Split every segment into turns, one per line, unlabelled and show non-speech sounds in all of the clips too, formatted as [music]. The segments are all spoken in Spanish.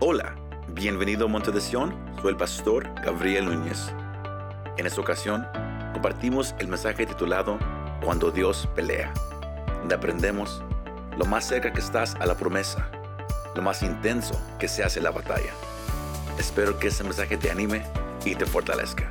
Hola, bienvenido a Monte de Sion, soy el pastor Gabriel Núñez. En esta ocasión, compartimos el mensaje titulado Cuando Dios pelea, donde aprendemos lo más cerca que estás a la promesa, lo más intenso que se hace la batalla. Espero que este mensaje te anime y te fortalezca.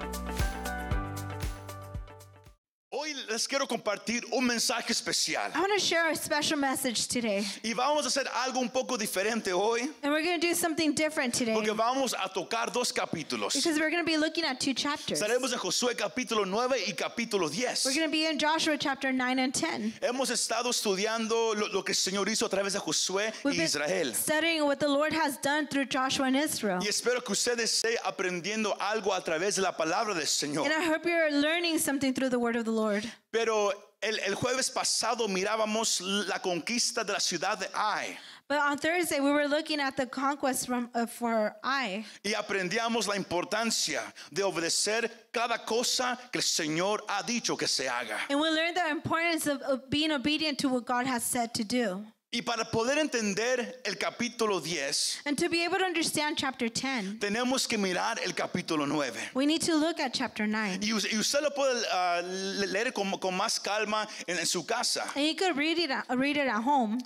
Hoy les quiero compartir un mensaje especial
I want to share a special message today.
y vamos a hacer algo un poco diferente hoy
And we're going to do something different today
porque vamos a tocar dos capítulos.
because we're going to be looking at two chapters. We're
Estaremos en Josué capítulo 9 y capítulo 10.
going to be in Joshua chapter 9 and 10.
Hemos estado estudiando lo, lo que el Señor hizo a través de Josué
We've
y Israel
been Oh. studying what the Lord has done through Joshua and Israel.
y espero que ustedes estén aprendiendo algo a través de la palabra del Señor.
And I hope you're learning something through the word of the Lord.
Pero el, el jueves pasado mirábamos la conquista de la ciudad de Ai
But on Thursday, we were looking at the conquest from, uh, for I,
y aprendíamos la importancia de obedecer cada cosa que el Señor ha dicho que se haga.
and we learned the importance of, of being obedient to what God has said to do.
Y para poder entender el capítulo 10,
And to be able to understand chapter 10,
tenemos que mirar el capítulo 9.
we need to look at chapter 9.
Y us- y usted lo puede ah, le- leer con, con más calma en, en su casa.
And you could read it, at- read it at home.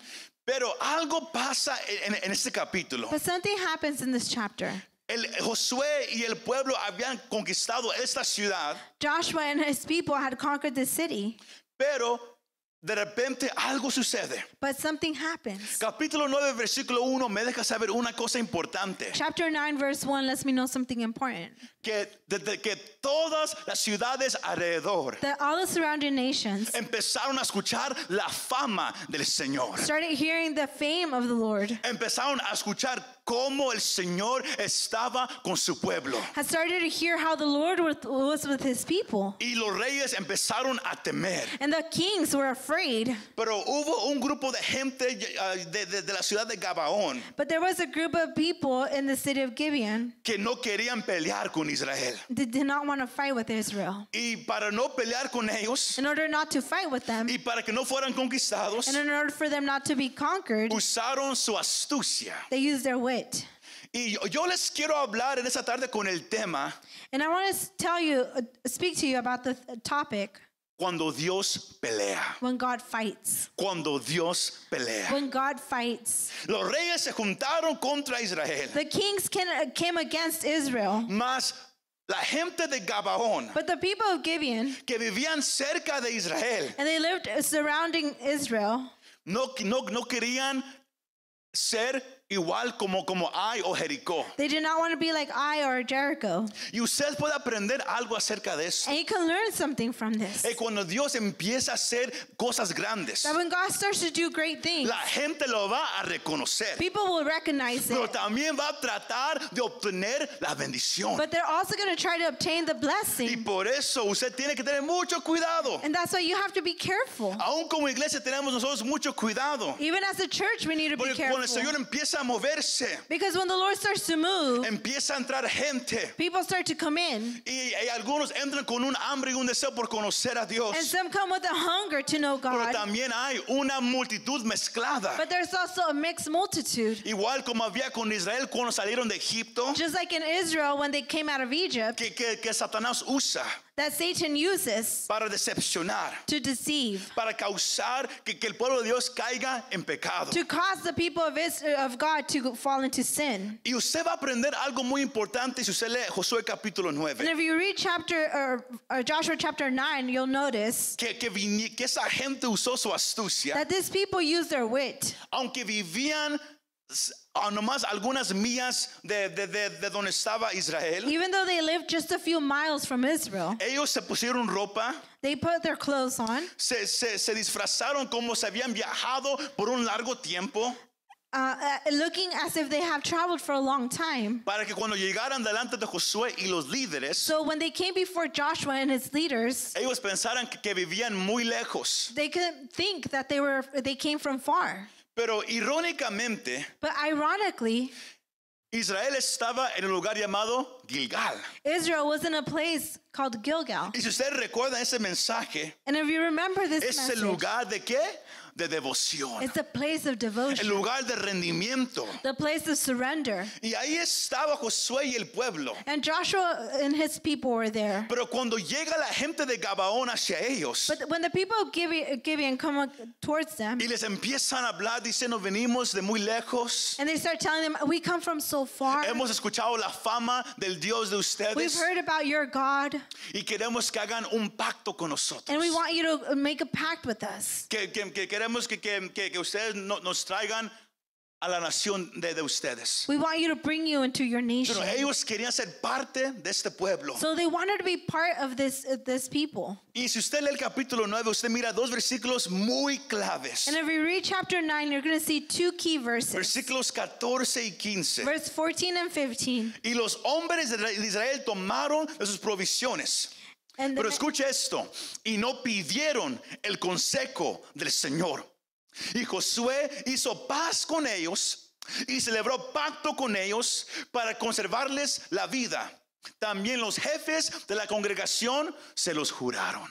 Pero algo pasa en, en- en este capítulo.
But something happens in this chapter.
El, Josué y el pueblo habían conquistado esta ciudad,
Joshua and his people had conquered the city,
pero de repente algo sucede.
but something happens.
Capítulo 9, versículo 1 me deja saber una cosa importante.
Chapter 9, verse 1 lets me know something important
Que desde que todas las ciudades alrededor
that all the surrounding nations
empezaron a escuchar la fama del Señor.
started hearing the fame of the Lord,
Empezaron a escuchar cómo el Señor estaba con su pueblo.
had started to hear how the Lord with- was with his people.
Y los reyes empezaron a temer.
And the kings were afraid,
Pero hubo un grupo de gente ah, de, de- de la ciudad de Gabaón
but there was a group of people in the city of Gibeon
que no querían pelear con Israel.
that did not want to fight with Israel.
Y para no pelear con ellos
In order not to fight with them,
y para que no fueran conquistados,
and in order for them not to be conquered,
usaron su astucia.
they used their wit.
Y yo- yo les quiero hablar en esta tarde con el tema
And I want to tell you, uh, speak to you about the th- topic
cuando Dios pelea.
when God fights.
Cuando Dios pelea.
When God fights,
Los reyes se juntaron contra Israel.
the kings can, uh, came against Israel,
Mas la gente de Gabaón
but the people of Gibeon,
que vivían cerca de Israel
and they lived uh, surrounding Israel,
no, no, no querían ser igual como, como Ai o Jericó.
they did not want to be like I or Jericho.
Y usted puede aprender algo acerca de eso.
And you can learn something from this.
Eh, cuando Dios empieza a hacer cosas grandes,
That when God starts to do great things,
la gente lo va a reconocer,
people will recognize
pero
it,
también va a tratar de obtener la bendición.
but they're also going to try to obtain the
Y
blessing.
por eso usted tiene que tener mucho cuidado.
And that's why you have to be careful.
Aún como iglesia tenemos nosotros mucho cuidado.
Even as a church, we need to be
Porque cuando el
careful.
Señor empieza a moverse,
Because when the Lord starts to move,
empieza a entrar gente.
people start to come in.
Y, y algunos entran con un hambre y un deseo por conocer a Dios.
And some come with a hunger to know
Pero
God.
también hay una multitud mezclada.
But there's also a mixed multitude.
Igual como había con Israel cuando salieron de Egipto,
Just like in Israel when they came out of Egypt,
que, que- que Satanás usa
that Satan uses
para decepcionar,
to deceive,
para causar que, que el pueblo de Dios caiga en pecado.
to cause the people of, Israel, of God to fall into sin.
Y usted va a aprender algo muy importante si usted lee Josué capítulo 9.
And if you read chapter or, or Joshua chapter 9, you'll notice
que, que, vini- que esa gente usó su astucia,
that these people use their wit.
aunque vivían s- a nomás algunas millas de, de- de- de donde estaba Israel,
Even though they lived just a few miles from Israel,
ellos se pusieron ropa,
they put their clothes on.
se, se- se disfrazaron como se habían viajado por un largo tiempo,
uh, uh, looking as if they have traveled for a long time.
para que cuando llegaran delante de Josué y los líderes,
So when they came before Joshua and his leaders,
ellos pensaran que, que vivían muy lejos.
they could think that they were they came from far.
Pero irónicamente,
But ironically,
Israel estaba en un lugar llamado Gilgal.
Israel was in a place called Gilgal.
Y si ustedes recuerdan ese mensaje,
And if you remember this
es el
message,
lugar de qué? de devoción,
It's a place of
el
devotion,
lugar de rendimiento.
the place of surrender.
Y ahí estaba Josué y el pueblo.
And Joshua and his people were there.
Pero cuando llega la gente de Gabaón hacia ellos
But when the people of Gibeon, Gibeon come up towards them,
y les empiezan a hablar diciendo, venimos de muy lejos,
and they start telling them, We come from so far.
hemos escuchado la fama del Dios de
We've
ustedes
heard about your God,
y queremos que hagan un pacto con nosotros.
and we want you to make a pact with us.
Que, que- que queremos que, que- que- que ustedes no- nos traigan a la nación de, de ustedes.
We want you to bring you into your nation.
Pero ellos querían ser parte de este pueblo.
So they wanted to be part of this uh, this people.
Y si usted lee el capítulo 9, usted mira dos versículos muy claves.
And if we read chapter 9, you're going to see two key verses.
Versículos 14 y 15.
Verse 14 and 15.
Y los hombres de Ra- de Israel tomaron de sus provisiones.
And
Pero
then,
escucha esto. Y no pidieron el consejo del Señor. Y Josué hizo paz con ellos y celebró pacto con ellos para conservarles la vida. También los jefes de la congregación se los juraron.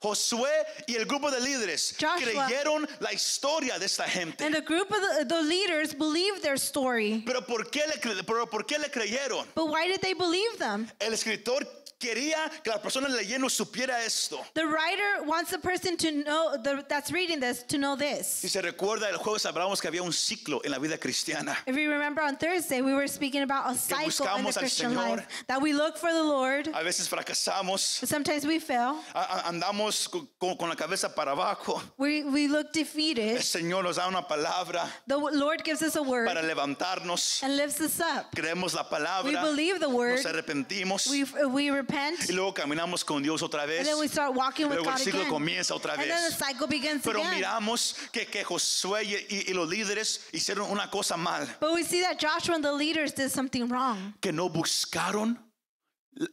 Josué y el grupo de líderes
Joshua.
creyeron la historia de esta gente.
and the group of the, the leaders believed their story.
Pero ¿por qué le cre- pero por qué le creyeron?
But why did they believe them?
El escritor quería que la persona leyendo supiera esto.
The writer wants the person to know the, that's reading this to know
Si
this.
se recuerda, el jueves hablábamos que había un ciclo en la vida cristiana.
If you remember on Thursday, we were speaking about a cycle in the
buscamos al
Christian
Señor.
life that we look for the Lord.
A veces fracasamos,
But sometimes we fail.
a- a- andamos co- co- con la cabeza para abajo.
We, we look
El
defeated.
Señor nos da una palabra
The Lord gives us a word
para levantarnos.
and lifts us up.
Creemos la palabra,
We believe the word.
nos arrepentimos
We, we repent,
y luego caminamos con Dios otra
and
vez.
then we start walking with
Luego el
God
ciclo
again.
comienza otra
And then the
vez.
cycle begins
Pero
again.
miramos que, que Josué y, y- y los líderes hicieron una cosa mal,
But we see that Joshua and the leaders did something wrong.
que no buscaron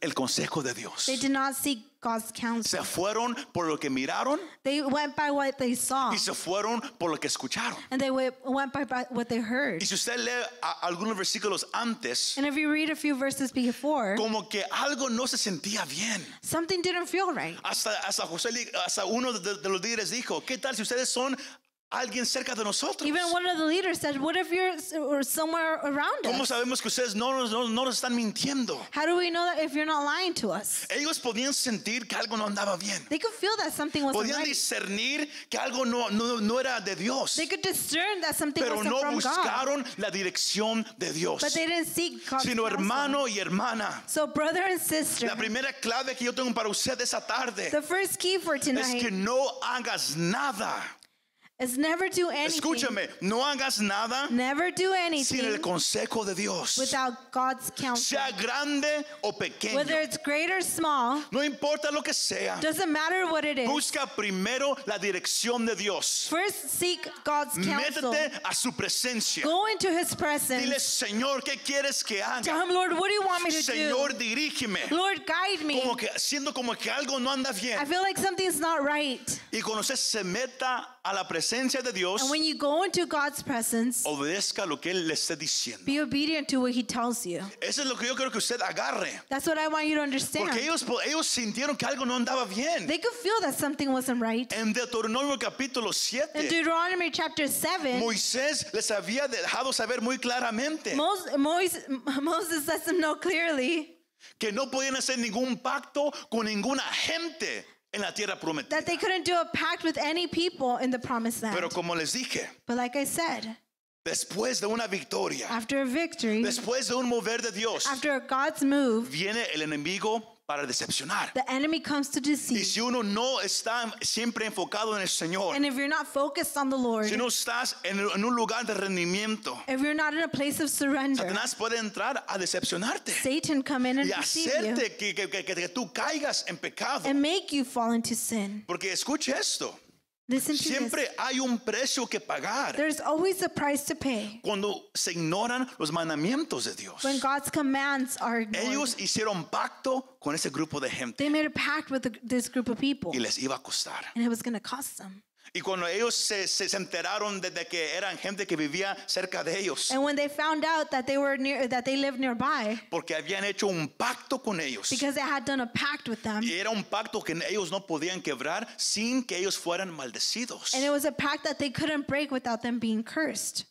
el consejo de Dios.
They did not seek God's
Se
counsel.
fueron por lo que miraron
They went by what they saw,
y se fueron por lo que escucharon.
and they we- went by, by what they heard.
Y si usted lee a- algunos versículos antes,
And if you read a few verses before,
como que algo no se sentía bien.
something didn't feel right.
Hasta, hasta, José, li- hasta uno de, de los líderes dijo, ¿qué tal si ustedes son alguien cerca de nosotros?
Even one of the leaders said, "What if you're s- or somewhere around
¿Cómo
us?
sabemos que ustedes no, nos- no, no nos están mintiendo?
How do we know that if you're not lying to us?"
Ellos podían sentir que algo no andaba bien.
They could feel that something wasn't
Podían
right.
discernir que algo no, no, no era de Dios.
They could discern that something
Pero
wasn't
no
from God.
buscaron la dirección de Dios.
But they didn't seek God's
Sino
counsel.
hermano y hermana.
So, brother and sister,
La primera clave que yo tengo para usted esa tarde.
the first key for
es
tonight
que no hagas nada.
is never do anything.
Escúchame, no hagas nada
Never do
sin el
anything
consejo de Dios.
without God's counsel.
Sea grande o pequeño,
Whether it's great or small,
no importa lo que sea.
doesn't matter what it is.
Busca primero la dirección de Dios.
First, seek God's counsel.
Métete a su presencia.
Go into His
Dile,
presence.
Señor, ¿qué quieres que haga?
Tell Him, Lord, what do you want me to
Señor, dirígeme.
do? Lord, guide me.
Como que siendo como que algo no anda
I
bien.
feel like something's not right.
Y cuando usted se meta a la presencia de Dios,
And when you go into God's presence,
Oh. obedezca lo que Él le esté diciendo.
be obedient to what He tells you.
Eso es lo que yo creo que usted agarre.
That's what I want you to understand.
Porque ellos, ellos sintieron que algo no andaba bien.
They could feel that something wasn't right.
En Deuteronomio capítulo
In
7,
Deuteronomy chapter 7,
Moisés les había dejado saber muy claramente
Mos- Mois- [laughs] Moses lets them know clearly
que no podían hacer ningún pacto con ninguna gente en la tierra prometida.
that they couldn't do a pact with any people in the promised land.
Pero como les dije,
But like I said,
después de una victoria,
after a victory,
después de un mover de Dios,
after God's move,
viene el enemigo para decepcionar.
the enemy comes to
Y
deceive.
si uno no está siempre enfocado en el Señor,
And if you're not focused on the Lord,
si no estás en, en un lugar de rendimiento,
if you're not in a place of surrender,
Satanás puede entrar a decepcionarte.
Satan come in and
y
deceive you
hacerte que, que- que- que tú caigas en pecado.
and make you fall into sin.
Porque escuche esto,
Listen to this.
siempre hay un precio que pagar
There's always a price to pay
cuando se ignoran los mandamientos de Dios.
when God's commands are ignored.
Ellos hicieron pacto con ese grupo de gente
They made a pact with the, this group of people,
y les iba a costar.
and it was going to cost them.
Y cuando ellos se, se se enteraron de, de que eran gente que vivía cerca de ellos,
And when they found out that they were near, that they lived nearby,
porque habían hecho un pacto con ellos.
because they had done a pact with them,
Y era un pacto que ellos no podían quebrar sin que ellos fueran maldecidos.
and it was a pact that they couldn't break without them being cursed.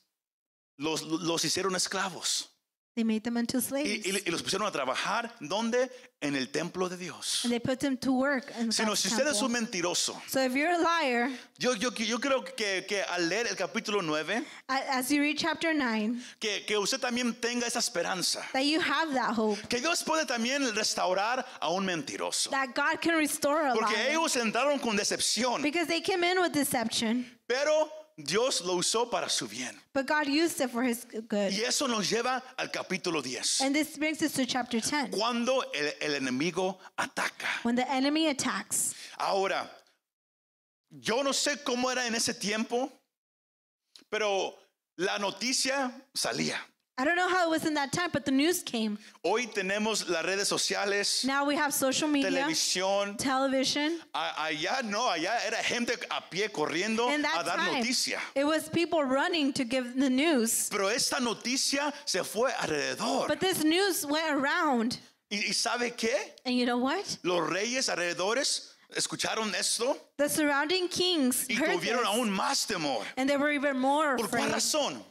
Los, los hicieron esclavos
They made them into
y,
slaves,
y- y los pusieron a trabajar. ¿Dónde? En el templo de Dios.
and they put them to work. In
Sino
God's
si usted es
temple.
un mentiroso,
So if you're a liar,
yo, yo, yo creo que, que al leer el capítulo 9,
a- as you read chapter nine,
que, que usted también tenga esa esperanza.
that you have that hope
Que Dios puede también restaurar a un mentiroso.
that God can restore a
Porque
liar,
ellos entraron con decepción,
because they came in with deception,
pero Dios lo usó para su bien.
but God used it for His good.
Y eso nos lleva al capítulo 10.
And this brings us to chapter ten,
cuando el, el enemigo ataca.
when the enemy attacks.
Ahora, yo no sé cómo era en ese tiempo, pero la noticia salía.
I don't know how it was in that time, but the news came.
Hoy tenemos las redes sociales,
Now we have social media,
televisión.
television.
A- allá no, allá era gente a pie corriendo
In
Oh, a
that
dar
time,
noticia.
it was people running to give the news.
Pero esta noticia se fue alrededor.
But this news went around.
¿Y, y sabe qué?
And you know what?
Los reyes alrededores escucharon esto
The surrounding kings
y
heard
tuvieron
this,
aún más temor.
and they were even more
¿Por cuál
afraid
razón?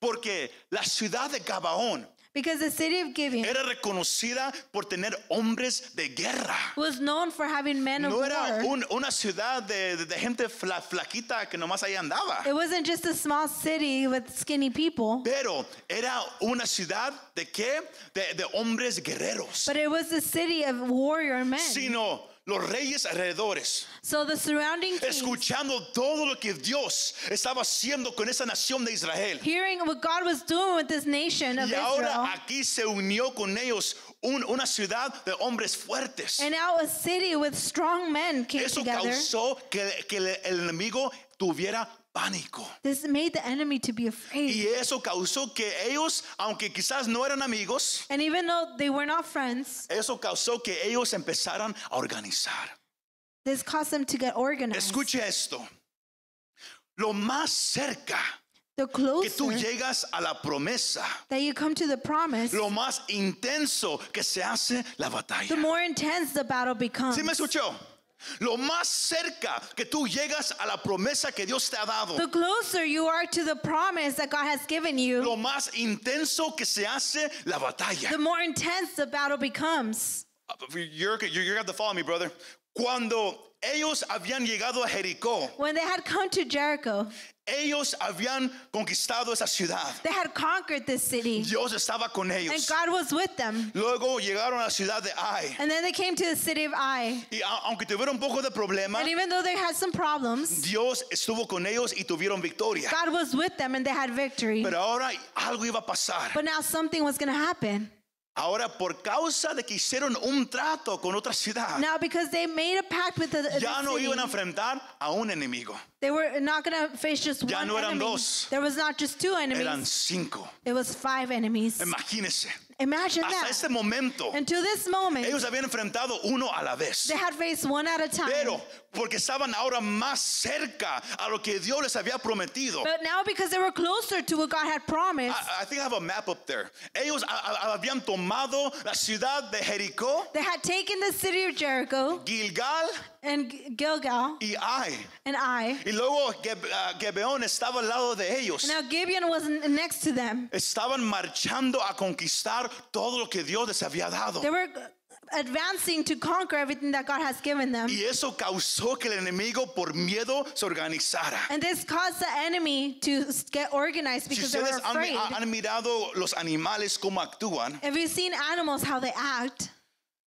Porque la ciudad de Gabaón
because the city of Gibeon
era reconocida por tener hombres de guerra.
was known for having men of
No
war.
era un- una ciudad de, de- de gente fla- flaquita que nomás ahí andaba,
It wasn't just a small city with skinny people,
pero era una ciudad de qué? De, de hombres guerreros.
but it was a city of warrior men.
Sino los reyes alrededores,
So the surrounding kings,
escuchando todo lo que Dios estaba haciendo con esa nación de Israel.
hearing what God was doing with this nation of
Y
Israel,
ahora aquí se unió con ellos un- una ciudad de hombres fuertes.
and now a city with strong men came
Eso
together.
causó que, que el, el enemigo tuviera pánico.
This made the enemy to be afraid.
Y eso causó que ellos, aunque quizás no eran amigos,
And even though they were not friends,
eso causó que ellos empezaran a organizar.
this caused them to get organized.
Escuche esto. Lo más cerca que
the
tú
closer
llegas a la promesa,
that you come to the promise,
lo más intenso que se hace la batalla.
the more intense the battle becomes.
¿Sí me escuchó? Lo más cerca que tú llegas a la promesa que Dios te ha dado,
the closer you are to the promise that God has given you,
lo más intenso que se hace la batalla.
the more intense the battle becomes.
You're, you're, you have to follow me, brother. Cuando ellos habían llegado a Jericó,
When they had come to Jericho,
ellos habían conquistado esa ciudad.
they had conquered this city,
Dios estaba con
and
ellos.
God was with them.
Luego llegaron a la ciudad de Ai.
And then they came to the city of Ai.
Y a- aunque tuvieron un poco de problema,
And even though they had some problems,
Dios estuvo con ellos y tuvieron victoria.
God was with them and they had victory.
Pero ahora algo iba a pasar.
But now something was going to happen.
Ahora por causa de que hicieron un trato con otra ciudad,
Now, because they made a pact with the, the
ya no
city,
iban a enfrentar a un enemigo.
they were not going to face just
Ya
one
no eran
enemy.
dos.
There was not just two enemies.
Eran cinco.
it was five enemies.
Imagínense.
Imagine
Hasta
that.
este momento,
and to this moment,
Ellos habían enfrentado uno a la vez.
they had faced one at a time.
Pero porque estaban ahora más cerca a lo que Dios les había prometido.
but now, because they were closer to what God had promised,
I, I think I have a map up there. Ellos a- a- habían tomado la ciudad de Jericó,
they had taken the city of Jericho
Gilgal
and G- Gilgal
y Ai.
and Ai.
Y luego Gebe- ah, Gebeón estaba al lado de ellos.
Now, Gibeon was n- next to them.
Estaban marchando a conquistar todo lo que Dios les había dado.
They were advancing to conquer everything that God has given them.
Y eso causó que el enemigo por miedo se organizara.
And this caused the enemy to s- get organized
Si
because they
ustedes
were
han,
afraid.
han mirado los animales cómo actúan,
Have you seen animals how they act?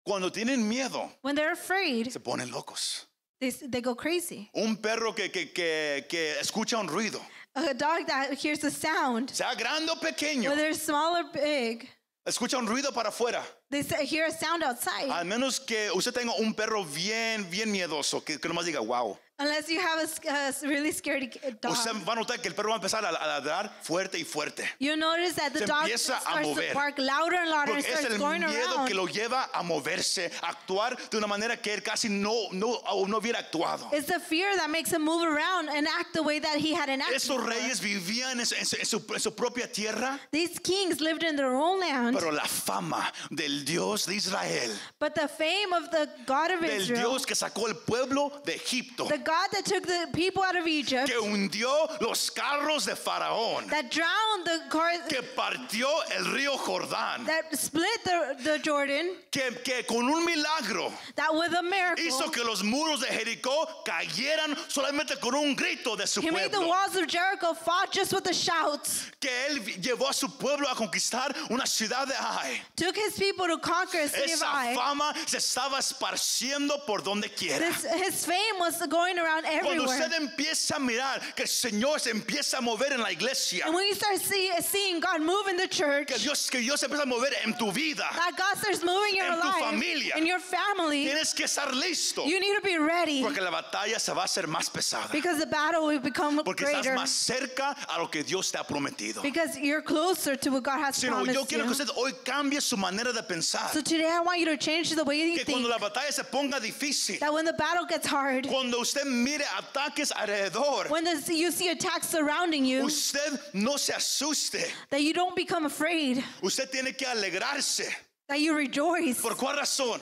Cuando tienen miedo,
When they're afraid,
se ponen locos.
they, s- they go crazy.
Un perro que, que, que, que escucha un ruido,
A dog that hears a sound,
sea grande o pequeño,
whether small or big,
escucha un ruido para afuera.
they s- hear a sound outside.
Ah. Al menos que usted tenga un perro bien, bien miedoso, que, que nomás diga, wow.
Unless you have a sc- a, s- really scary k- dog.
Usted va a notar que el perro va a empezar a a ladrar fuerte y fuerte.
you notice that the
se
dog
empieza a
starts
mover.
to bark louder and louder
Porque
and
es
starts
el
going
miedo
around.
que lo lleva a moverse, a actuar de una manera que él casi no, no, o no hubiera actuado.
It's the fear that makes him move around and act the way that he had an act.
Esos reyes vivían en su, en su- en su- en su propia tierra,
These kings lived in their own land,
pero la fama del Dios de Israel,
but the fame of the God of
del
Israel,
Dios que sacó el pueblo de Egipto,
the God that took the people out of Egypt,
que hundió los carros de Faraón,
that drowned the car,
que partió el río Jordán,
that split the, the Jordan,
que, que con un milagro
that with
hizo
a miracle,
que los muros de Jericó cayeran solamente con un grito de su
he made the
pueblo.
walls of Jericho fall just with a shout,
que él llevó a su pueblo a conquistar una ciudad de Ai.
took his people to conquer a city of
Esa
Ai.
fama se estaba esparciendo por donde quiera.
This, his fame was going around
Cuando
everywhere.
usted empieza a mirar que el Señor se empieza a mover en la iglesia,
And when you start see, seeing God move in the church,
que Dios, que Dios se empieza a mover en tu vida,
that God starts moving your
En tu
life,
familia.
in your family,
tienes que estar listo.
you need to be ready
Porque la batalla se va a hacer más pesada.
because the battle will become
Porque estás
greater.
más cerca a lo que Dios te ha prometido.
Because you're closer to what God has
Sino
promised
yo quiero
you.
que usted hoy cambie su manera de pensar.
So today I want you to change the way you
Que cuando
think.
la batalla se ponga difícil,
That when the battle gets hard,
cuando usted mire ataques alrededor,
when the, you see attacks surrounding you,
Usted no se asuste.
that you don't become afraid,
Usted tiene que alegrarse.
that you rejoice.
¿Por cuál razón?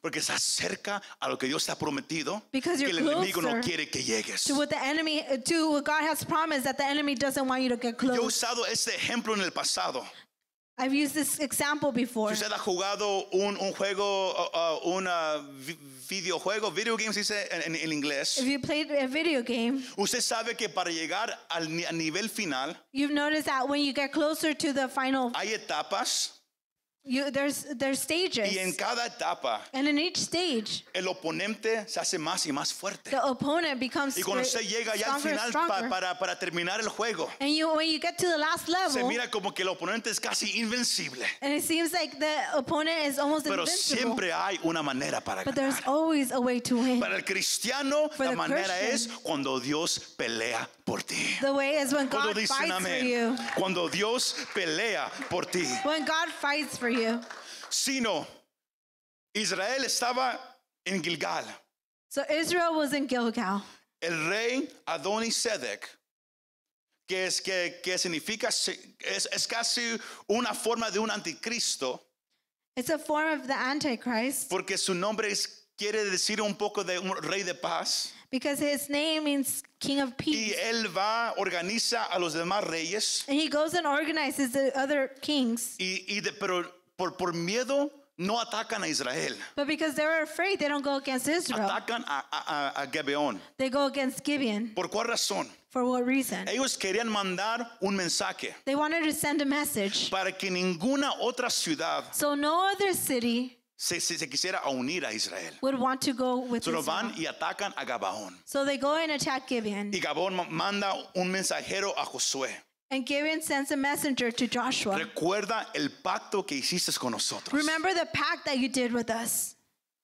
Porque está cerca a lo que Dios te ha prometido que
Because
el
you're
enemigo no
closer
quiere que llegues.
To
Yo
what the enemy, to what God has promised, that the enemy doesn't want you to get
he
close.
usado este ejemplo en el pasado.
I've used this example before.
Si usted ha jugado un, un juego, uh, uh, un uh, vi- videojuego, video game se dice en, en- en inglés,
If you played a video game,
usted sabe que para llegar al ni- al nivel final
you've noticed that when you get closer to the final,
hay etapas
you, there's there's
y en
stages,
cada etapa
and in each stage,
el oponente se hace más y más fuerte.
the opponent becomes
Y cuando
great-
usted llega ya al
stronger
final
and
pa-
stronger.
para, para terminar el juego,
And you, when you get to the last
se
level,
mira como que el oponente es casi invencible.
and it seems like the opponent is almost
Pero
invincible,
siempre hay una manera para
but there's
ganar.
always a way to win.
Para el cristiano,
For
la
the
manera es
Christian-
cuando Dios pelea por ti.
The way is when
Cuando
God
dicen
fights for
amén.
you.
Cuando Dios pelea por ti.
When God fights for you.
Sino, Israel estaba en Gilgal.
So Israel was in Gilgal.
El rey Adonisedec, que, es, que, que significa, si- es, es casi una forma de un anticristo.
It's a form of the Antichrist
porque su nombre es- quiere decir un poco de un rey de paz.
because his name means King of
Y
Peace.
él va, organiza a los demás reyes,
And he goes and organizes the other kings.
y, y de- pero por, por miedo no atacan a Israel,
But because they were afraid, they don't go against Israel.
atacan a, a, a- a Gebeón.
They go against Gibeon.
¿Por cuál razón?
For what reason?
Ellos querían mandar un mensaje
They wanted to send a message.
para que ninguna otra ciudad
So no other city
se, se, se quisiera a unir a Israel.
would want to go with
Solo
Israel.
van y atacan a Gabaón.
So they go and attack Gibeon.
Y Gabón ma- manda un mensajero a Josué.
And Gibeon sends a messenger to Joshua.
Recuerda el pacto que hiciste con nosotros.
Remember the pact that you did with us.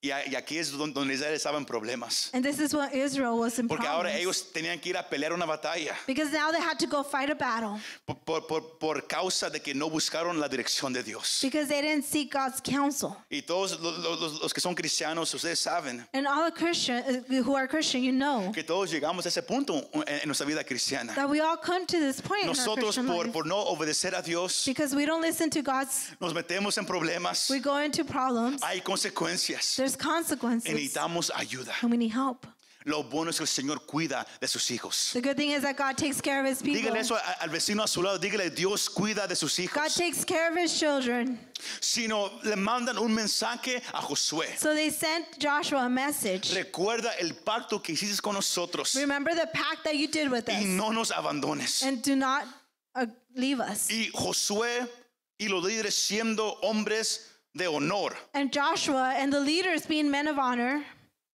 Y, a- y aquí es don- donde Israel estaba en problemas.
And this is what Israel was in
Porque ahora
problems.
ellos tenían que ir a pelear una batalla
Because now they had to go fight a battle
por, por- por- por causa de que no buscaron la dirección de Dios.
because they didn't seek God's counsel.
Y todos lo- lo- los, los que son cristianos, ustedes saben
And all the Christian uh, who are Christian, you know
que todos llegamos a ese punto en, en nuestra vida cristiana.
that we all come to this point in our
Nosotros
Christian
por,
life
por no obedecer a Dios
because we don't listen to God's.
nos metemos en problemas.
We go into problems.
Hay consecuencias.
There's
Y
consequences,
necesitamos ayuda.
and we need help.
Lo bueno es que el Señor cuida de sus hijos.
The good thing is that God takes care of His people.
Dígale eso a- al vecino a su lado. Dígale, Dios cuida de sus
God
hijos.
takes care of His children.
Sino le mandan un mensaje a Josué.
So they sent Joshua a message.
Recuerda el pacto que hiciste con nosotros
Remember the pact that you did with
y
us,
no nos abandones.
and do not uh, leave us.
Y Josué y los líderes siendo hombres de honor,
And Joshua and the leaders, being men of honor,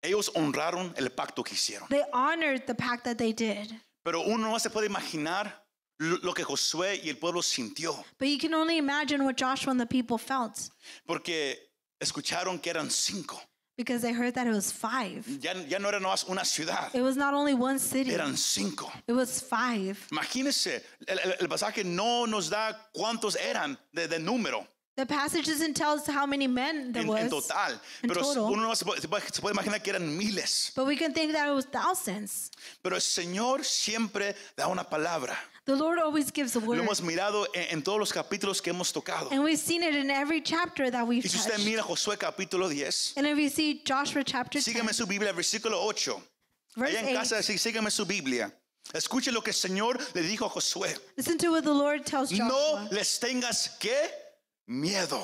ellos honraron el pacto que hicieron.
they honored the pact that they did.
Pero uno no se puede imaginar lo lo que Josué y el pueblo sintió,
But you can only imagine what Joshua and the people felt
porque escucharon que eran cinco
because they heard that it was five.
Ya, ya no era nomás una ciudad,
It was not only one city,
eran cinco.
it was five.
Imagínense, el, el- el pasaje no nos da cuántos eran de, de número
The passage doesn't tell us how many men there
en, en
was,
total,
in
pero
total.
uno no se puede, se puede- se puede imaginar que eran miles.
but we can think that it was thousands.
Pero el Señor siempre da una palabra.
The Lord always gives a word,
Lo hemos mirado en, en todos los capítulos que hemos tocado.
and we've seen it in every chapter that we've
Y si usted
touched.
mira Josué capítulo 10,
And if you see Joshua chapter 10,
sígueme en su Biblia, versículo 8.
verse
Allá en
8,
casa, sí, sígueme en su Biblia. Escuche lo que el Señor le dijo a Josué.
listen to what the Lord tells
No
Joshua.
les tengas que miedo.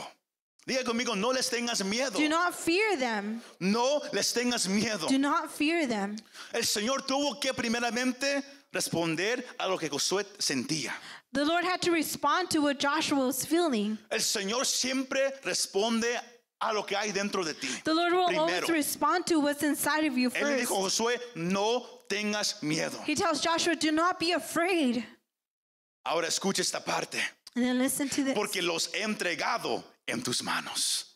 Diga conmigo, no les tengas miedo.
Do not fear them.
No les tengas miedo.
Do not fear them.
El Señor tuvo que primeramente responder a lo que Josué sentía.
The Lord had to respond to what Joshua was feeling.
El Señor siempre responde a lo que hay dentro de ti.
The Lord will
Primero,
always respond to what's inside of you
Él le dijo a
first.
Josué, no tengas miedo.
He tells Joshua, do not be afraid.
Ahora escucha esta parte.
And then listen to this.
Porque los he entregado en tus manos.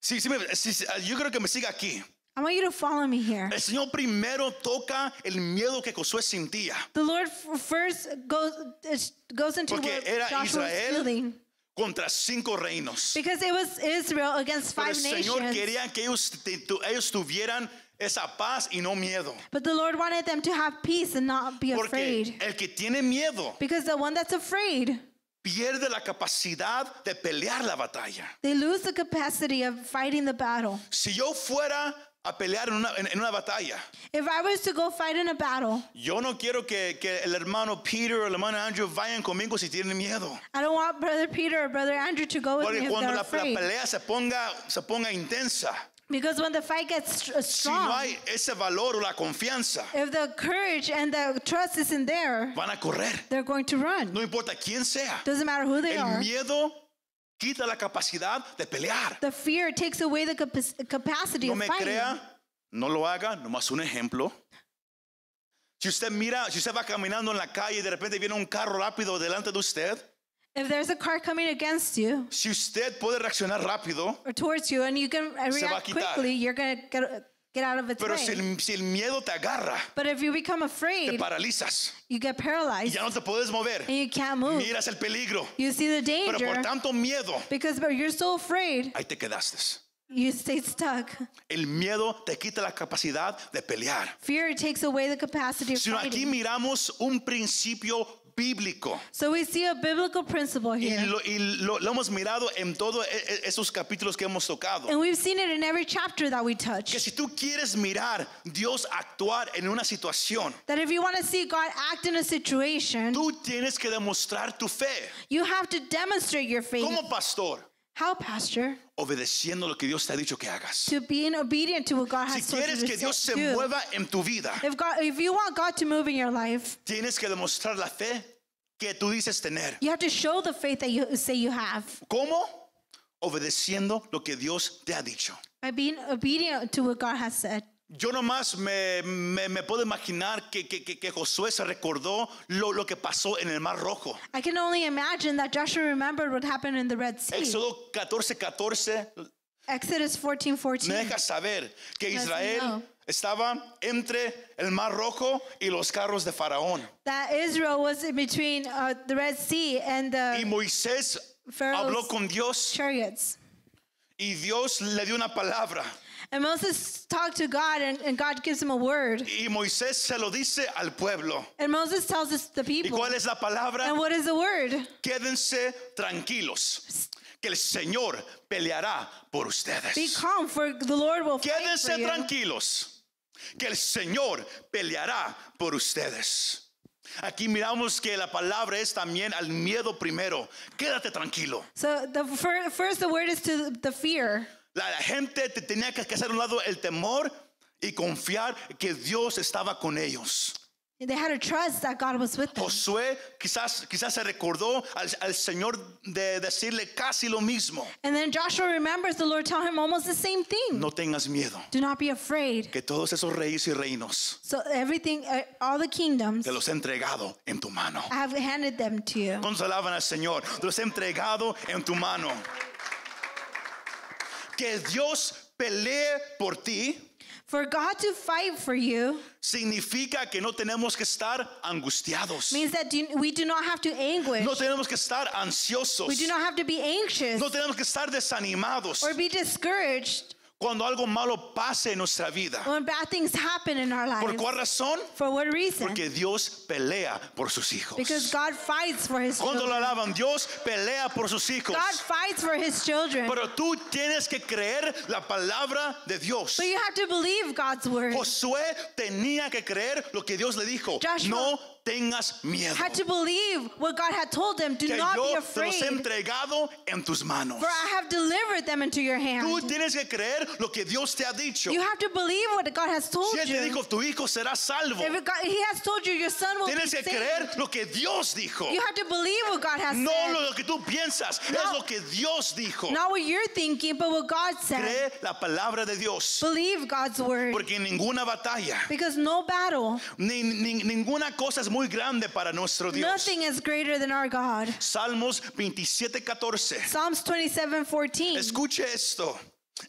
Sí, sí, me- sí, sí, yo creo que me siga aquí.
I want you to follow me here.
El Señor primero toca el miedo que Josué sentía.
The Lord f- first goes, is- goes into
Porque
what
era
Joshua was
Israel
feeling.
contra cinco reinos.
Because it was Israel against
Pero el
five
Señor
nations.
quería que ellos, te- tu- ellos tuvieran esa paz y no miedo.
But the Lord wanted them to have peace and not be
Porque
afraid.
el que tiene miedo
Because the one that's afraid,
pierde la capacidad de pelear la batalla.
they lose the capacity of fighting the battle.
Si yo fuera a pelear en una, en- en una batalla,
If I was to go fight in a battle,
yo no quiero que, que el hermano Peter o el hermano Andrew vayan conmigo si tienen miedo.
I don't want Brother Peter or Brother Andrew to go with me
Porque
if
cuando
they're
la, la
afraid.
pelea se ponga, se ponga intensa,
Because when the fight gets str-
si no
strong,
hay ese valor o la confianza,
if the courage and the trust isn't there,
van a correr.
they're going to run.
No importa quién sea.
Doesn't matter who they
El
are.
miedo quita la capacidad de pelear.
The fear takes away the capac- capacity
No
of
me
fighting.
crea, no lo haga, nomás un ejemplo. Si usted mira, si usted va caminando en la calle y de repente viene un carro rápido delante de usted,
If there's a car coming against you
si usted puede reaccionar rápido,
or towards you and you can
Se va a
react
quitar.
quickly, you're going to get, get out of its
pero si
way.
el, si el miedo te agarra,
But if you become
te
afraid,
paralizas
you get
y
paralyzed
ya no te puedes mover.
and you can't move.
Miras el peligro,
You see the
pero por
danger
tanto miedo,
because but you're so afraid,
ahí te quedaste.
you stay stuck.
El miedo te quita la capacidad de pelear.
Fear takes away the capacity of
Sino aquí
fighting.
miramos un principio bíblico.
So we see a biblical principle
Y,
here.
lo, y lo- lo hemos mirado en todos esos capítulos que hemos tocado.
And we've seen it in every chapter that we
Que
touch.
si tú quieres mirar Dios actuar en una situación,
That if you want to see God act in a situation,
tú tienes que demostrar tu fe
you have to demonstrate your faith.
como pastor,
How, Pastor?
obedeciendo lo que Dios te ha dicho que hagas.
To being obedient to what God
Si
has told
quieres
Ah, you Em
que
to
Dios
say-
se
do.
mueva en tu vida,
If, God, if you want God to move in your life,
tienes que demostrar la fe que tú dices tener.
you have to show the faith that you say you have
¿Cómo? Obedeciendo lo que Dios te ha dicho.
by being obedient to what God has said.
Yo nomás me, me- me puedo imaginar que, que- que- que Josué se recordó lo, lo que pasó en el Mar Rojo.
I can only imagine that Joshua remembered what happened in the Red Sea.
Éxodo 14, 14
Exodus 14
me
14.
deja saber que
Yes,
Israel
no.
estaba entre el Mar Rojo y los carros de Faraón.
That Israel was in between uh, the Red Sea and
Y
the
Moisés
Ah. Pharaoh's
habló con Dios
chariots.
y Dios le dio una palabra.
And Moses talked to God, and, and God gives him a word.
Y Moisés se lo dice al pueblo.
And Moses tells us the
¿Y
people.
cuál es la palabra?
And what is the word?
Quédense tranquilos, que el Señor peleará por
Be
ustedes.
calm, for the Lord will fight for
Quédense
you.
tranquilos, que el Señor peleará por ustedes. Aquí miramos que la palabra es también al miedo primero. Quédate tranquilo.
So the fir- first, the word is to the fear.
La, la gente te tenía que que hacer a un lado el temor y confiar que Dios estaba con ellos.
They had to trust that God was with them.
Josué quizás, quizás se recordó al, al Señor de decirle casi lo mismo.
And then Joshua remembers the Lord telling him almost the same thing.
No tengas miedo,
Do not be afraid.
que todos esos reyes y reinos
So everything, uh, all the kingdoms,
te los he entregado en tu mano.
I have handed them to you.
¿Cuántos alaban al Señor? Te los he entregado en tu mano. Que Dios pelee por ti,
For God to fight for you
significa que no tenemos que estar angustiados.
means that do, we do not have to anguish.
No tenemos que estar ansiosos.
we do not have to be anxious
No tenemos que estar desanimados
or be discouraged
cuando algo malo pase en nuestra vida.
when bad things happen in our
¿Por
lives.
cuál razón?
For what reason?
Porque Dios pelea por sus hijos.
Because God fights for his
Cuando lo alaban,
children.
Dios pelea por sus hijos.
God fights for his children.
Pero tú tienes que creer la palabra de Dios.
But you have to believe God's word.
Josué tenía que creer lo que Dios le dijo.
Joshua
no tengas miedo.
Had to believe what God had told them. Do
que
not be
yo te
afraid,
los he entregado en tus manos.
for I have delivered them into your
Tú
hand.
tienes que creer lo que Dios te ha dicho.
You have to believe what God has told
Si Él te
you.
dijo, tu hijo será salvo.
If it God, He has told you your son will be
Tienes que
saved,
creer lo que Dios dijo.
you have to believe what God has
No
said.
lo que tú piensas, es
No.
lo que Dios dijo.
Not what you're thinking, but what God said.
Cree la palabra de Dios.
Believe God's word.
Porque ninguna batalla,
Because no battle,
ni, ni- ninguna cosa es muy grande para nuestro Dios.
nothing is greater than our God.
Salmos 27, 14.
Psalms 27 14.
Escuche esto.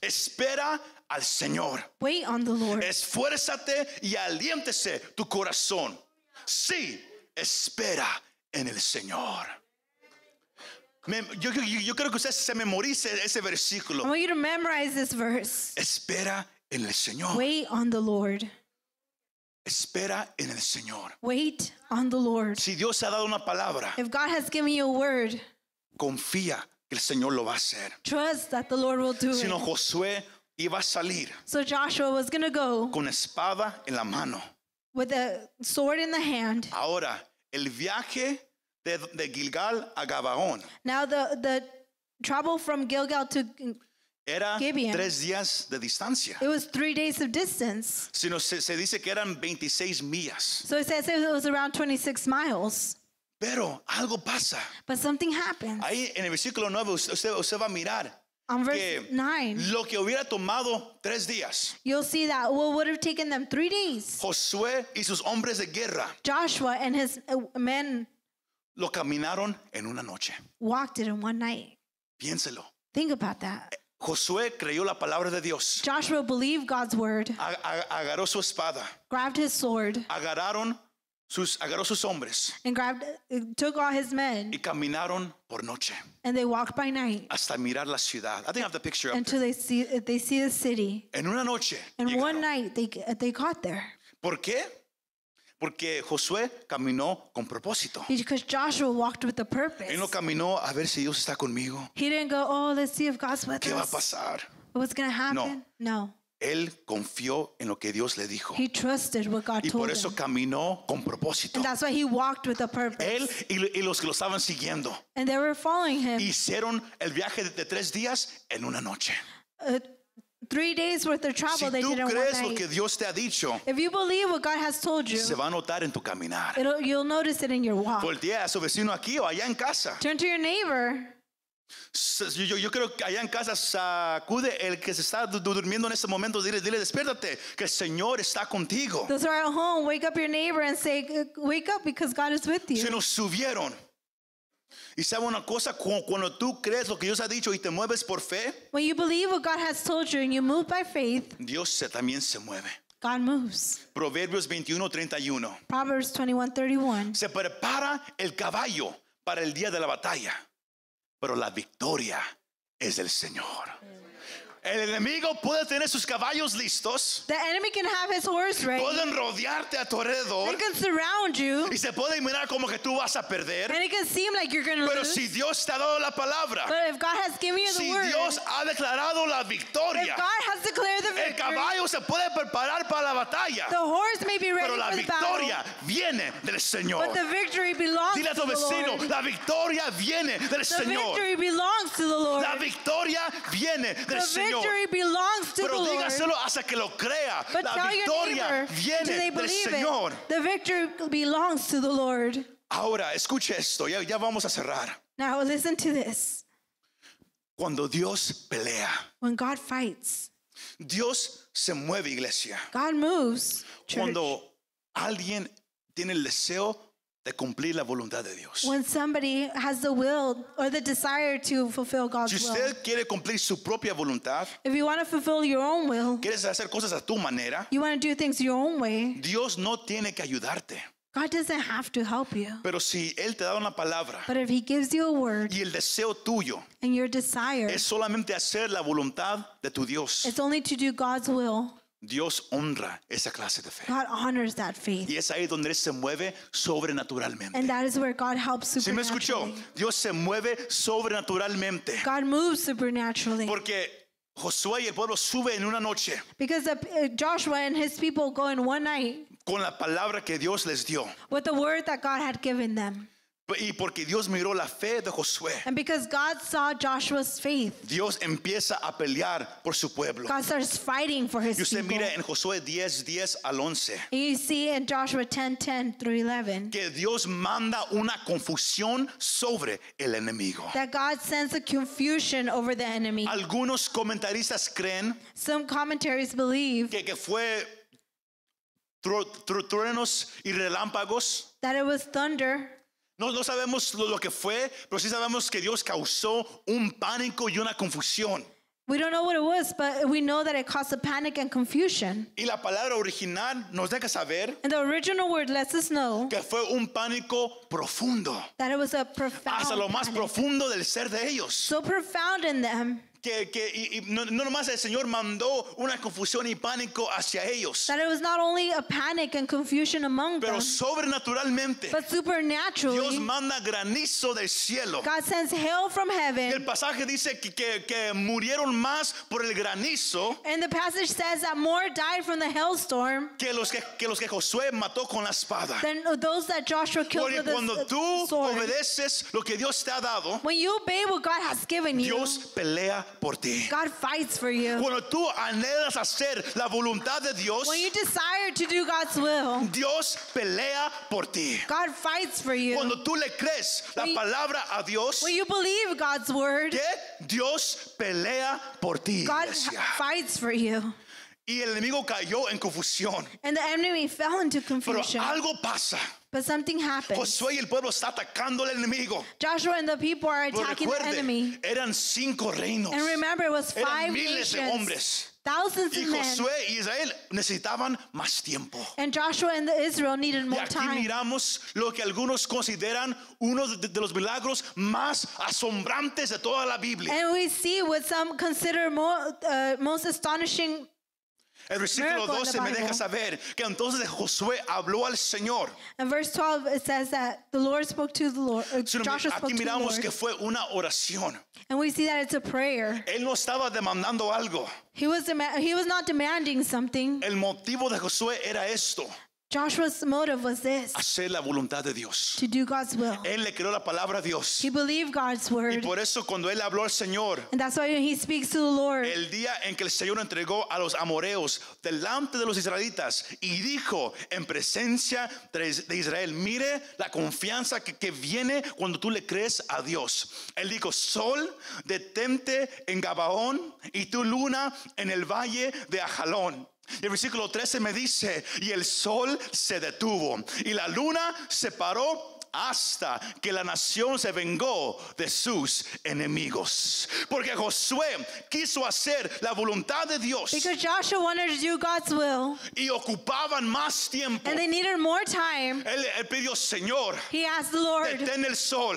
Espera al Señor.
Wait on the Lord.
Esfuérzate y aliéntese tu corazón. Sí, espera en el Señor. Me- yo, yo- yo creo que usted se memorice ese
I
versículo.
want you to memorize this verse.
Espera en el Señor.
Wait on the Lord.
Espera en el Señor.
Wait on the Lord.
Si Dios ha dado una palabra,
If God has given you a word,
confía que el Señor lo va a hacer.
trust that the Lord will do
Sino
it.
Josué iba a salir
So Joshua was going to go
con espada en la mano.
with a sword in the hand.
Ahora, el viaje de, de Gilgal a Gabaón
Now the the travel from Gilgal to
era
Gibeon.
tres días de distancia.
it was 3 days of distance.
Sino se, se dice que eran 26 millas.
So it says it was around 26 miles.
Pero algo pasa.
But something happened.
Ahí en el versículo 9 usted, usted- usted va a mirar
On verse
que
9,
lo que hubiera tomado tres días,
you'll see that what would have taken them 3 days.
Josué y sus hombres de guerra
Joshua and his uh, men
lo caminaron en una noche.
walked it in one night.
Piénselo.
Think about that.
Josué creyó la palabra de Dios.
Joshua believed God's word,
A- a- agarró su espada.
grabbed his sword,
Agarraron sus, agarró sus hombres
and grabbed uh, took all his men,
y caminaron por noche
and they walked by night
hasta mirar la ciudad. I think I have the picture up
until they see uh, they see the city.
there. En una noche.
And one
llegaron.
night they uh, they got there
¿Por qué? Porque Josué caminó con propósito.
because Joshua walked with a
Él no
purpose.
caminó a ver si Dios está conmigo.
He didn't go, oh, let's see if God's with
¿Qué va a
us.
pasar?
What's gonna happen? No,
Él confió en lo que Dios le dijo.
he trusted what God
Y por
told
eso
him,
caminó con propósito.
and that's why he walked with a
Él
purpose.
y, y los que lo estaban siguiendo
And they were following him.
hicieron el viaje de, de tres días en una noche.
Uh, three days worth of
Si
travel Ah, they
tú
did in one
crees lo
night.
que Dios te ha dicho,
If you believe what God has told you,
se va a notar en tu caminar.
it'll, you'll notice it in your walk.
Voltea a su vecino aquí o allá en casa.
Turn to your neighbor.
S- Yo, yo- yo creo que allá en casa sacude el que se está du- du- durmiendo en este momento. Dile, dile, despiértate, que el Señor está contigo.
Those who are at home, wake up your neighbor and say, Wake up because God is with
Se
you.
nos subieron. Y sabe una cosa, Cu- cuando tú crees lo que Dios ha dicho y te mueves por fe,
When you believe what God has told you and you move by faith,
Dios se- también se mueve.
God moves.
Proverbios 21, 31.
Proverbs 21 31.
Se prepara el caballo para el día de la batalla, pero la victoria es del Señor. El enemigo puede tener sus caballos listos,
The enemy can have his horse ready,
pueden rodearte a tu
they
alrededor
can surround you,
y se puede mirar como que tú vas a perder.
and it can seem like you're going to
Pero
lose.
si Dios te ha dado la palabra,
but if God has given you the
si
word,
Dios ha declarado la
if
victoria,
God has declared the
el
victory,
caballo se puede preparar para la batalla,
the horse may be ready
pero la
for the battle,
victoria viene del Señor.
but the victory belongs
Dile a
to
tu
the
vecino,
Lord.
la victoria viene del
The
Señor.
victory belongs to the Lord.
La victoria viene del
The
Señor.
victory belongs to the
Pero
Lord.
dígaselo hasta que lo crea.
But
La
tell your
victoria
neighbor, do they
viene del
believe
Señor.
it? The victory belongs to the Lord.
Ahora, escuche esto, ya, ya vamos a cerrar.
Now listen to this.
Cuando Dios pelea,
When God fights,
Dios se mueve, iglesia.
God moves. Church.
Cuando alguien tiene el deseo de cumplir la voluntad de Dios.
when somebody has the will or the desire to fulfill God's
Si
will.
usted quiere cumplir su propia voluntad,
If you want to fulfill your own will,
quieres hacer cosas a tu manera,
you want to do things your own way,
Dios no tiene que ayudarte.
God doesn't have to help you.
Pero si Él te da una palabra
But if He gives you a word
y el deseo tuyo
and your desire,
es solamente hacer la voluntad de tu Dios,
it's only to do God's will,
Dios honra esa clase de fe.
God honors that faith.
Y es ahí donde Él se mueve sobrenaturalmente.
And that is where God helps
Si me escuchó,
supernaturally.
Dios se mueve sobrenaturalmente.
God moves supernaturally.
Porque Josué y el pueblo suben en una noche
Because the, uh, Joshua and his people go in one night
con la palabra que Dios les dio.
with the word that God had given them.
Y porque Dios miró la fe de Josué,
And because God saw Joshua's faith,
Dios empieza a pelear por su pueblo.
God starts fighting for his
Y usted
people.
mira en Josué 10, 10 al 11,
And you see in Joshua 10 10 through 11
que Dios manda una confusión sobre el enemigo.
that God sends a confusion over the enemy.
Algunos comentaristas creen
Some commentaries believe
que, que fue tru- tru- truenos y relámpagos.
that it was thunder.
No, no sabemos lo, lo que fue, pero sí sabemos que Dios causó un pánico y una confusión.
We don't know what it was, but we know that it caused a panic and confusion.
Y la palabra original nos deja saber
And the original word lets us know
que fue un pánico profundo,
that it was a
hasta lo
profound,
más
panic,
profundo del ser de ellos.
so profound in them
Que, que y, y no, no nomás el Señor mandó una confusión y pánico hacia ellos,
that it was not only a panic and confusion among them,
pero sobrenaturalmente
but
Dios
supernaturally,
manda granizo del cielo.
God sends hail from
Y el
heaven.
pasaje dice que, que- que murieron más por el granizo
And the passage says that more died from the hailstorm
que los que, que los que Josué mató con la espada.
than those that Joshua killed
Porque
with the
cuando
s- uh,
tú
sword.
obedeces lo que Dios te ha dado,
When you obey what God has given you,
Dios pelea por ti.
God fights for you.
Cuando tú anhelas hacer la voluntad de Dios,
When you desire to do God's will,
Dios pelea por ti.
God fights for you.
Cuando tú le crees la
When you-
palabra a Dios,
When you believe God's word,
que Dios pelea por ti.
God
iglesia.
fights for you.
Y el enemigo cayó en confusión.
And the enemy fell into
Pero
confusion.
algo pasa.
But something happened.
Josué y el pueblo está atacando al enemigo.
Joshua and the people are
Pero
attacking the enemy.
recuerde, eran cinco reinos.
And remember, it was
Eran
five
miles de
nations,
hombres.
thousands
Y
of men.
Josué y Israel necesitaban más tiempo.
And Joshua and the Israel needed
Y
more
aquí
time.
miramos lo que algunos consideran uno de, de los milagros más asombrantes de toda la Biblia.
And we see what some consider mo- uh, most astonishing.
El versículo
miracle in the
12 me
Bible.
deja saber que entonces Josué habló al Señor.
In uh, verse 12, it says that the Lord spoke to the Lord. uh,
Sino
Joshua spoke
Aquí
to the
miramos
Lord.
que fue una oración.
And we see that it's a prayer.
Él no estaba demandando algo.
He was, dema- he was not demanding something.
El motivo de Josué era esto,
Joshua's motive was this
hacer la voluntad de Dios.
to do God's will.
Él le creó la palabra a Dios.
He believed God's
Y
word.
por eso cuando él habló al Señor,
And that's why he speaks to the Lord.
el día en que el Señor entregó a los amoreos delante de los israelitas y dijo en presencia de de Israel, mire la confianza que, que viene cuando tú le crees a Dios. Él dijo, sol, detente en Gabaón y tu luna en el valle de Ajalón. Y el versículo 13 me dice, y el sol se detuvo y la luna se paró hasta que la nación se vengó de sus enemigos. Porque Josué quiso hacer la voluntad de Dios
Because Joshua wanted to do God's will,
y ocupaban más tiempo.
and they
Él,
needed more time.
él pidió, Señor,
He asked the Lord
detén el sol,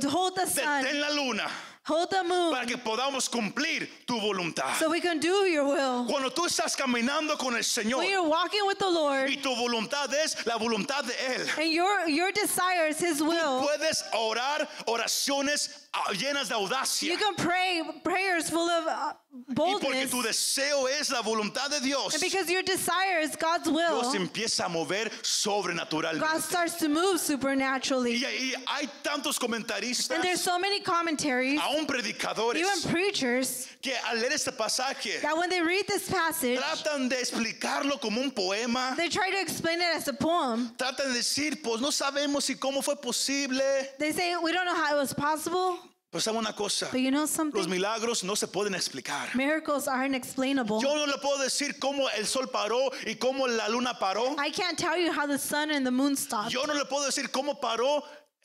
to hold the sun,
detén la luna,
hold the
para
moon,
que podamos cumplir tu voluntad.
so we can do your will.
Cuando tú estás caminando con el Señor
When you're walking with the Lord,
y tu voluntad es la voluntad de Él,
and your your desire is His will,
puedes orar oraciones ah, llenas de audacia.
you can pray prayers full of uh,
Y porque
boldness,
tu deseo es la voluntad de Dios,
and because your desire is God's
Dios
will,
empieza a mover
God
sobrenaturalmente.
starts to move supernaturally.
Y, y hay tantos comentaristas,
And there's so many commentaries,
aún predicadores,
even preachers,
que al leer este pasaje
that when they read this passage,
tratan de explicarlo como un poema.
they try to explain it as a poem.
Tratan de decir, pues no sabemos si cómo fue posible.
They say, we don't know how it was possible.
Pero sabe una cosa,
But you know
los
something?
milagros no se pueden explicar.
Miracles are inexplainable.
Yo no le puedo decir cómo el sol paró y cómo la luna paró.
I can't tell you how the sun and the moon stopped.
Yo no le puedo decir cómo paró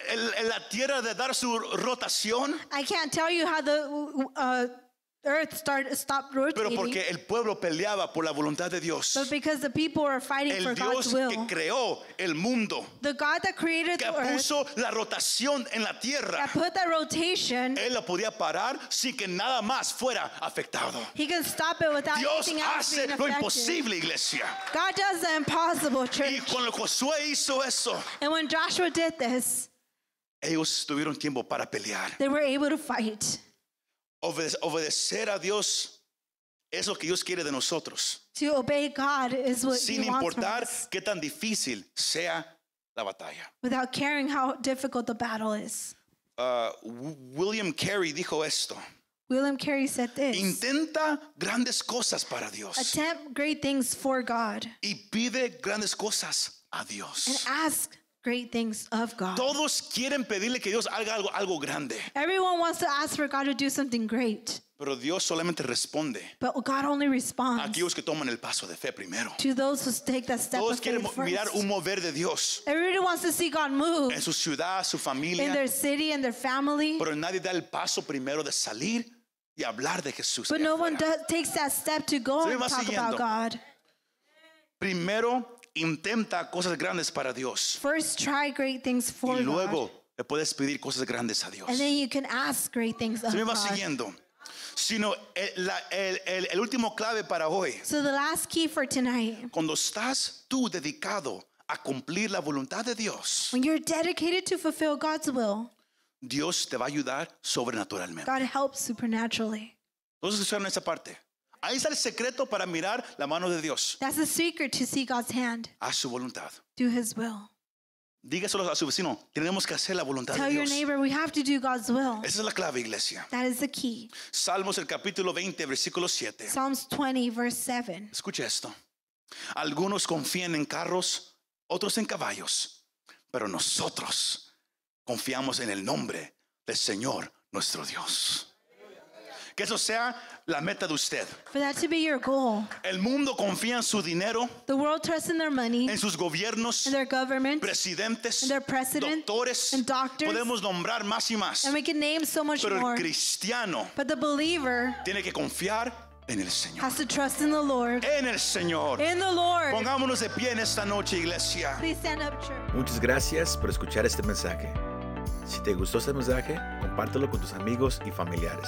el- el- la tierra de dar su rotación,
I can't tell you how the uh, earth start, stopped
pero
rotating.
porque el pueblo peleaba por la voluntad de Dios.
But because the people are fighting for
El
God's
Dios
will.
que creó el mundo,
the God that created
que
the earth,
puso la rotación en la
that
tierra,
put that rotation,
él la podía parar sin que nada más fuera afectado.
he can stop it without
Dios
anything else
hace
being
lo
affected.
imposible, iglesia.
God does the impossible,
Y
church.
cuando Josué hizo eso,
And when Joshua did this,
ellos tuvieron tiempo para pelear.
they were able to fight.
Obede- obedecer a Dios es lo que Dios quiere de nosotros,
To obey God is what
sin
He wants from
importar
us,
qué tan difícil sea la batalla.
without caring how difficult the battle is.
Ah, Wi- William Carey dijo esto:
William Carey said this:
Intenta grandes cosas para Dios
Attempt great things for God,
y pide grandes cosas a
and
Dios.
ask great things of God.
Todos quieren pedirle que Dios haga algo, algo grande,
Everyone wants to ask for God to do something great,
pero Dios solamente responde
but God only
a
responds
aquellos que toman el paso de fe primero.
to those who take that step
Todos
of
quieren
faith
mo-
first.
mirar un mover de Dios
Everybody wants to see God move
en su ciudad, su
in
familia,
their city and their family,
pero nadie da el paso primero de salir y hablar de Jesús.
but
allá
no one
afuera.
does, takes that step to go
Se
and
va
talk
siguiendo.
about God.
Primero intenta cosas grandes para Dios
First, try great things for
y
God,
luego le puedes pedir cosas grandes a Dios.
and
Se
then uh, you can ask great things of
me va
God.
siguiendo. Sino el, la- el- el- el último clave para hoy,
So the last key for tonight,
cuando estás tú dedicado a cumplir la voluntad de Dios,
when you're dedicated to fulfill God's will,
Dios te va a ayudar sobrenaturalmente.
God helps supernaturally.
Entonces escucharon esa parte. Ahí está el secreto para mirar la mano de Dios.
That's the secret to see God's hand,
Haz su voluntad.
do His will.
Dígaselo a su vecino. Tenemos que hacer la voluntad
Tell
de
your
Dios.
neighbor we have to do God's will.
Esa es la clave, iglesia.
That is the key.
Salmos el capítulo 20, versículo 7.
Psalms 20, verse 7.
Escucha esto. Algunos confían en carros, otros en caballos, pero nosotros confiamos en el nombre del Señor nuestro Dios. Que eso sea la meta de usted.
For that to be your goal.
El mundo confía en su dinero,
The world trusts in their money,
en sus gobiernos,
in their government,
presidentes,
and their president,
doctores.
and doctors.
Podemos nombrar más y más.
and we can name so much
Pero
more.
el cristiano
But the believer
tiene que confiar en el Señor.
has to trust in the Lord.
En el Señor.
In the Lord.
Pongámonos de pie en esta noche, iglesia.
Please stand up, church.
Muchas gracias por escuchar este mensaje. Si te gustó este mensaje, compártelo con tus amigos y familiares.